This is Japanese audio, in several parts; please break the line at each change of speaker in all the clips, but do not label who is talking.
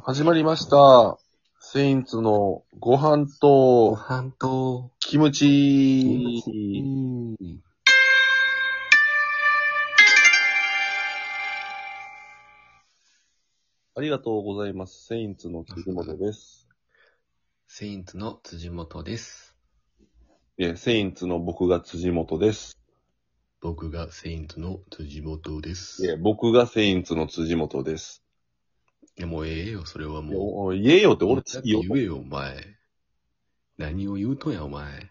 始まりました。セインツのご飯と
飯と、
キムチ。ありがとうございます。セインツの木本です。
セインツの辻元です。
いや、セインツの僕が辻本です。
僕がセインツの辻元です。
いや、僕がセインツの辻本です。
いやもうええよ、それは
もう
もう。
おい言えよって俺
だっ
次
て
よ。
言えよ、お前。何を言うとんや、お前。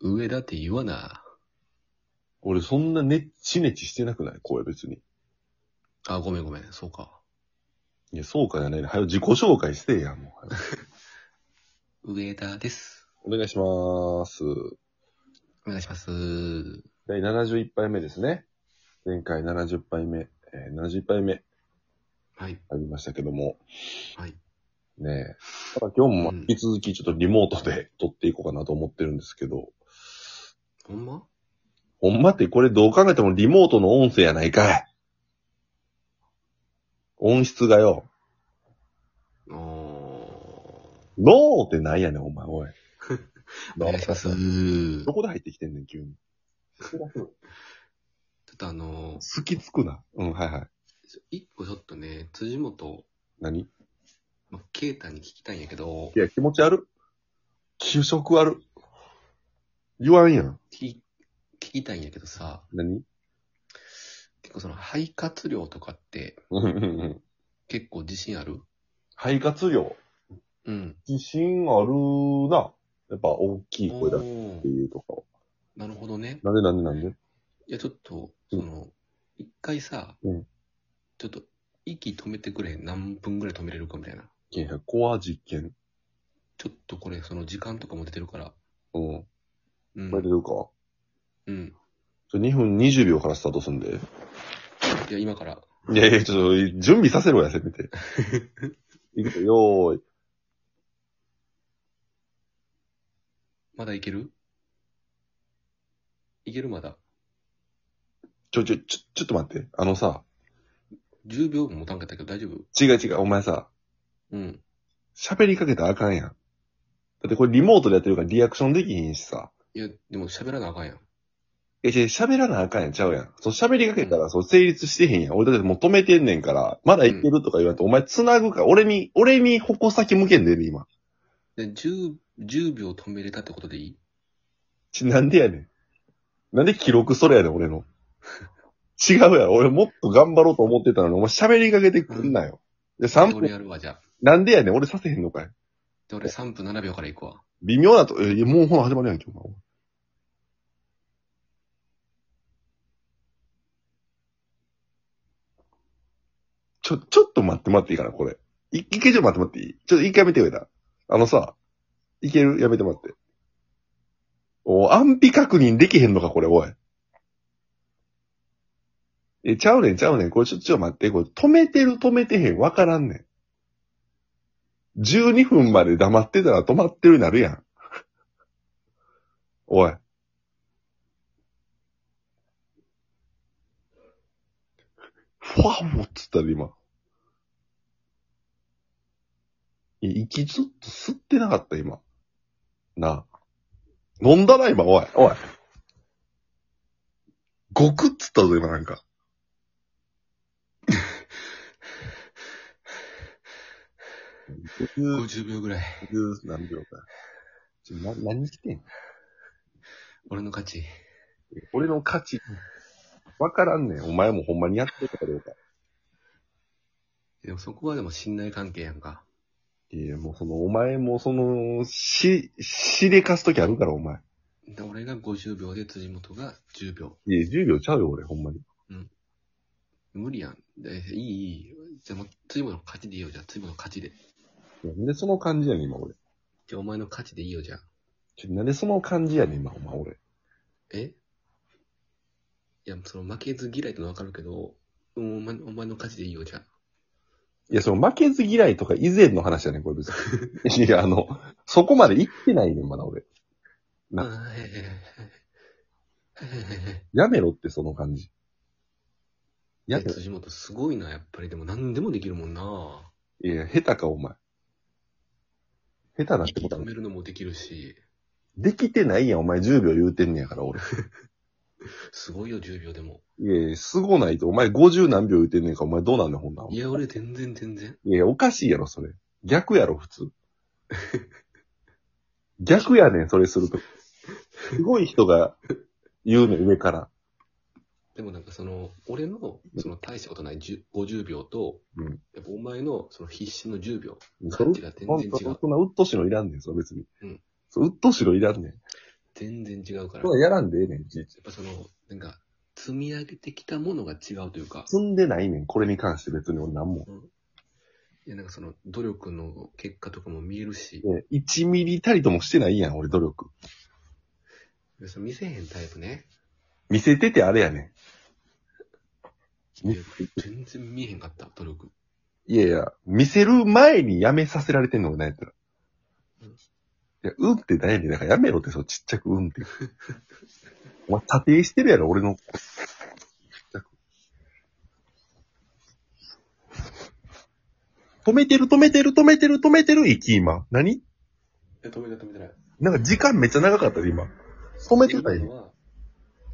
上だって言わな。
俺そんなネッチネチしてなくない声別に。
あ、ごめんごめん、そうか。
いや、そうかじゃないね。はよ自己紹介してや、もう。
上田です。
お願いします。
お願いします。
第71杯目ですね。前回70杯目、えー70杯目
はい、
ありましたけども。
はい。
ねえ。ただ今日も
うん
引き続きちょっとリモートで撮っていこうかなと思ってるんですけど。
ほんま
ほんまってこれどう考えてもリモートの音声やないかい。音質がよ。
お
ノーってないやねん、お前、 おい。
ー。お願いします。ち
ど
ょ
こで入ってきてんねん、急に。
っとあの、
好きつくな。うん、はいはい。
一個ちょっとね、辻元、
何い
ま、ケイタに聞きたいんやけど、
や、気持ち悪。給食ある。言わんやん。
き聞きたいんやけどさ、
何
結構その肺活量とかって
うんうんうん。
結構自信ある
肺活量。
うん。
自信あるな。やっぱ大きい声だっ
お
て
ー
いうとかは。
なるほどね。
なんでなんでなんで
いや、ちょっと、
う
そ
ん
の、一回さ、
うん
ちょっと、息止めてくれへん。何分ぐらい止めれるかみたいな。
いや、コア実験。
ちょっとこれ、その時間とかも出てるから。
うん。
う
これで
ん。
どうか。
うん。
ちょ2分20秒からスタートすんで。
いや、今から。
いやいや、ちょっと、準備させろや、せめ て。いくぞ、よーい。
まだいけるいけるまだ。
ちょ、ちょ、ちょ、ちょっと待って。あのさ、
10秒も持たんかったけど大丈夫
違う違う、お前さ、
うん。
喋りかけたらあかんやん。だってこれリモートでやってるからリアクションできひんしさ。
いや、でも喋らなあかんやん。
え、違う喋らなあかんやんちゃうやん。そう喋りかけたら、そう成立してへんやん。俺だってもう止めてんねんから、まだいけるとか言われて、お前繋ぐか、俺に、俺に矛先向けんでね、今。
で、10、10秒止めれたってことでいい
ち、なんでやねん。なんで記録それやねん、俺の。違うやろ。俺もっと頑張ろうと思ってたのに、お前喋りかけてくんなよ。で、3
俺
分、
やるわ、じゃあ。
なんでやねん、俺させへんのかい。
で、俺3分7秒から行くわ。
微妙なと、え、いやもうほら始まるやんけ、今日。ちょ、ちょっと待って待っていいかな、これ。い、いけちょ、待って待っていいちょっと一回やめてよ、だ。あのさ、いけるやめて待って。お、安否確認できへんのか、これ、おい。え、ちゃうねん、ちゃうねん。これ、ちょ、ちょ、待って。これ、止めてる、止めてへん、わからんねん。12分まで黙ってたら止まってるなるやん。おい。ファもっつったら今。いや息ずっと吸ってなかった今。なあ。飲んだな今、おい、おい。ごくっつったぞ今なん か。
50秒ぐらい。
何秒か。ちょな何してん
俺の勝ち。
俺の価値、わからんねん。お前もほんまにやってたかどうか。
でもそこはでも信頼関係やんか。
いや、もうその、お前もその、し、しでかすときあるから、お前。
で俺が50秒で辻元が10秒。
いや、10秒ちゃうよ、俺、ほんまに。
無理やん。でいい、いい。じゃあもう辻元の勝ちでいいよ、じゃあ辻元の勝ちで。
いやなんでその感じやねん、今、俺。
じゃあお前の勝ちでいいよ、じゃあ。
ちょなんでその感じやねん、今、お前、俺。
えいや、その負けず嫌いってのはわかるけど、うんお前お前の勝ちでいいよ、じゃあ。
いや、その負けず嫌いとか以前の話やねん、これ別に。いや、あの、そこまで行ってないねん、まだ俺。な
あーはいはいはいはいはいはいはい
やめろって、その感じ。
い
や
や
めろ。
辻元すごいな、やっぱり。でも何でもできるもんな。
いや、下手か、お前。下手だってこと
止
は
めるのもできるし、
できてないやん、お前10秒言うてんねやから、俺。
すごいよ、10秒でも。
いやいや、すごないと。お前50何秒言うてんねんから、お前どうなんねん、ほんなん。
いや、俺全然全然。
いや、おかしいやろ、それ。逆やろ、普通。 逆やねん、それすると。すごい人が言うの、上から。
でもなんかその、俺の、その大したことない10 50秒と、
うん
やっぱお前のその必死の10秒、
そ
感
れ
じが全
ほん
然
と
違う。
そんなうっとうしのいらんねん、それ別に。
うん
そう。うっとうしのいらんねん。
全然違うから。
そん
や
なやらんでええねん、いちいち
っぱその、なんか、積み上げてきたものが違うというか、
積んでないねん、これに関して別に俺なんも。
いやなんかその、努力の結果とかも見えるし、
え1ミリたりともしてないやん、俺努力。
その見せへんタイプね。
見せててあれやねん。み
全然見えへんかった、努力。
いやいや、見せる前にやめさせられてんのがないやったら。
うん
いや、うんってないねん。だからやめろって、そう、ちっちゃくうんって。お前、査定してるやろ、俺の。ちっちゃく止めてる、止めてる、止めてる、止めてる、息、今。何
え、止めた止めたない。
なんか時間めっちゃ長かったで、今。止めてない
今のは、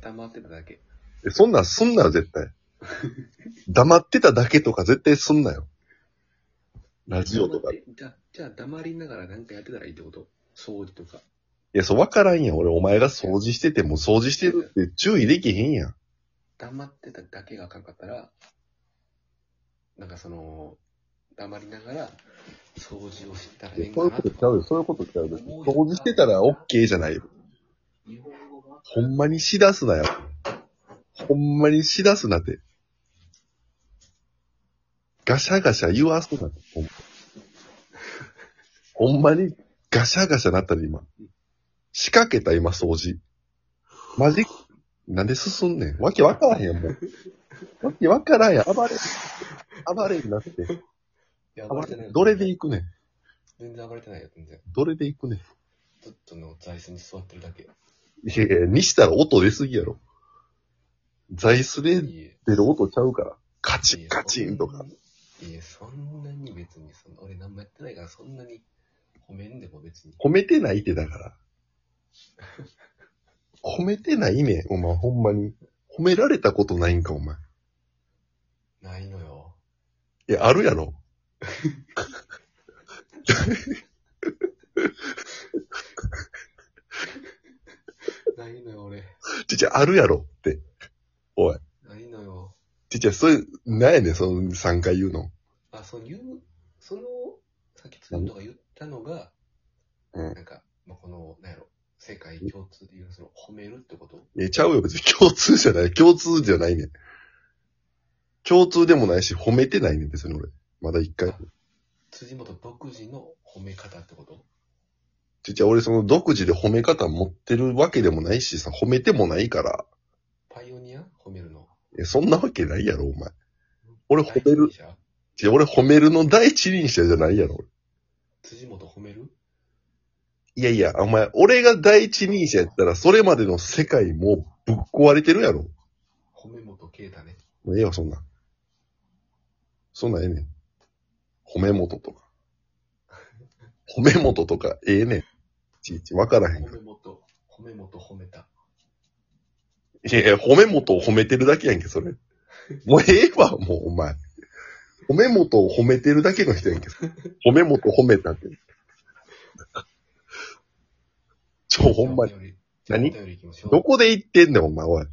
黙ってただけ。
え、そんなん、そんなよ、絶対。黙ってただけとか絶対すんなよ。ラジオとか。い
黙ってじゃあ、じゃあ黙りながらなんかやってたらいいってこと掃除とか。
や、そう、わからんやん。俺、お前が掃除してても掃除してるって注意できへんやん。
黙ってただけがあかんかったら、なんかその、黙りながら掃除をしたらいいんかなとか。
うよ。そういうことちゃう
よ
掃除してたら OK じゃないよ。
日本語が
ほんまにしだすなよ。ほんまにしだすなって。ガシャガシャ言わすなって。ほんほんまにガシャガシャなったで今。仕掛けた今掃除。マジなんで進んねん。わけわからへんやん、もう。わけわからんやん。暴れ、暴れになって。
いや
暴
暴れてない
れ
よ
どれで行くねん。
全然暴れてないよ、全然。
どれで行くねん。
ずっとの座椅子に座ってるだけ。
いやいや、にしたら音出すぎやろ。座椅子で
いいえ
出る音ちゃうから。カチンカチンとか。。
いや、そんなに別に、そんな俺何もやってないから、そんなに褒めんでも別に。
褒めてないってだから。褒めてないねん、お前、ほんまに。褒められたことないんか、お前。
ないのよ。
いや、あるやろ。
ないのよ、俺。
ちっちゃい、あるやろって。おい。
ないのよ。
ちっちゃい、それ、なんやねん、その3回言うの。
あ、そういう、その、さっきツンとか言ったのが、
うん
なんか、まあ、この、なんやろ、世界共通でいう、その、褒めるってこと
え、ちゃうよ、別に共通じゃない。共通じゃないねん。共通でもないし、褒めてないねん、別に俺。まだ1回。
辻元独自の褒め方ってこと
ちっちゃい、俺その独自で褒め方持ってるわけでもないしさ、褒めてもないから。
パイオニア褒めるの。
え、そんなわけないやろ、お前。俺褒め
第一
る
人。者
ちょ俺褒めるの第一輪車じゃないやろ。俺
辻元褒める
いやいや、お前、俺が第一輪車やったら、それまでの世界もうぶっ壊れてるやろ。
褒め元啓太ね。
もうええわ、そんなん。そんなんええねん。褒め元とか。褒め元とか、ええねん。いちいち、わからへん
褒
から。
め元、褒め元褒めた。
いやいや、褒め元を褒めてるだけやんけ、それ。もうええわ、もう、お前。褒め元を褒めてるだけの人やんけ。褒め元褒めたって。ちょ、ほんまに。
じゃあお便り
何
じゃあお便り行きましょう。
どこで行ってんねん、お前、おい
うん。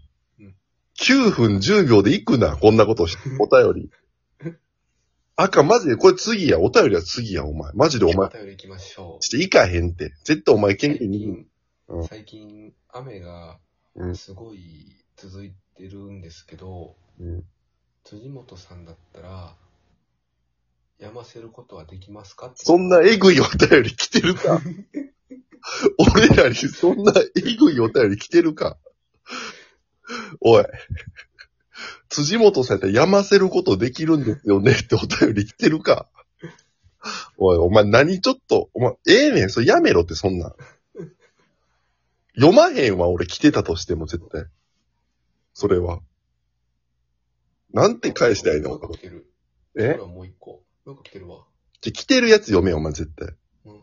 9分10秒で行くな、こんなことして、お便り。赤、マジで、これ次や、お便りは次や、お前。マジでお前
お、便り行きましょう。
して行かへんって。絶対お前、ケン
最
ケンに。
近
うん、
最近、雨が
うん
すごい続いてるんですけど、
うん
辻元さんだったら、やませることはできますかって
そんなえぐいお便り来てるか俺らにそんなえぐいお便り来てるかおい。辻元さんやってやませることできるんですよねってお便り来てるかおい、お前何ちょっと、お前、ええねん、それやめろってそんなん。読まへんわ、俺来てたとしても絶対。それは。なんて返したいの
なんか来てる。
え
ほらもう一個。なんか来てるわ。
じゃ、着てるやつ読めよ、お前絶対。
うん。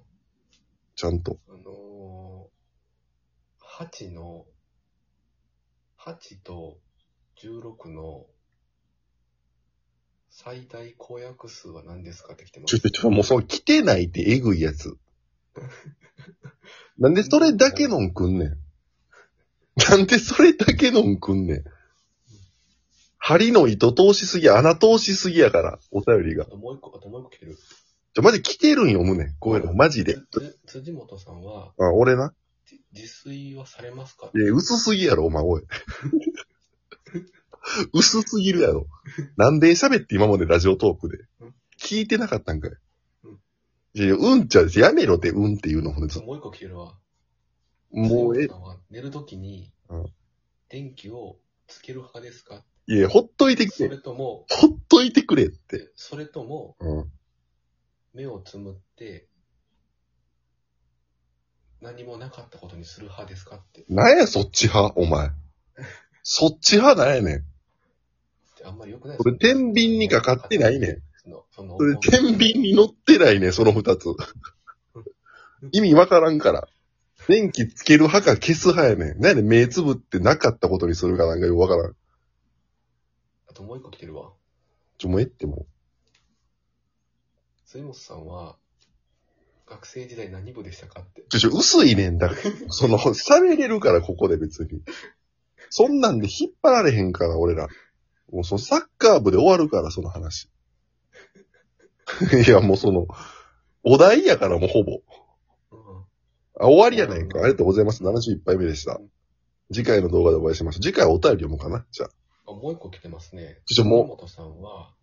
ちゃんと。
あのー、8の、8と16の最大公約数は何ですかって来てま
ちょ
す。
ちょちょ、もうその着てないってえぐいやつ。 なんでそれだけのんくんねん。なんでそれだけのんくんねん。針の糸通しすぎ、穴通しすぎやから、お便りが
あ。ともう一個、あともう一個来てる。
ちょ、マジ着てるん読むねん。こういうの、マジで。
つ辻元さんは、
あ、俺な。
じ自炊はされますか
いや、薄すぎやろ、お前、おい。 薄すぎるやろ。なんで喋って今までラジオトークで
うん。
聞いてなかったんかい
うん。
いやいや、うんちゃうし、やめろって、うんっていうの、ほんで
あともう一個来てるわ。
もうえ
辻元、さんは寝るときに
うん、
電気をつける派ですか
いや、ほっといてく
そ
れ。
れとも、
ほっといてくれって。
それとも、
うん。
目をつむって、何もなかったことにする派ですかって。
なんや、そっち派、お前。そっち派なんやねん。
あんまり良くない
それ、天秤にかかってないねん。
その、その
それ、天秤に乗ってないねん、その二つ。意味わからんから。電気つける派か消す派やねん。なんやねん、目つぶってなかったことにするかなんかよくわからん。
あともう一個来てるわ。
ちょ、もうええっても
杉本さんは、学生時代何部でしたかって
う。。ちょ、ちょ、薄いねんだから。その、喋れるから、ここで別に。そんなんで引っ張られへんから、俺ら。もうそのサッカー部で終わるから、その話。 いや、もうその、お題やからもうほぼ。
うん。
あ、終わりやないか。ありがとうございます。71杯目でした
うん。
次回の動画でお会いしましょう。次回はお便り読むかなじゃあ。
あ、もう一個来てますね。
ちょもう
杉本さんは、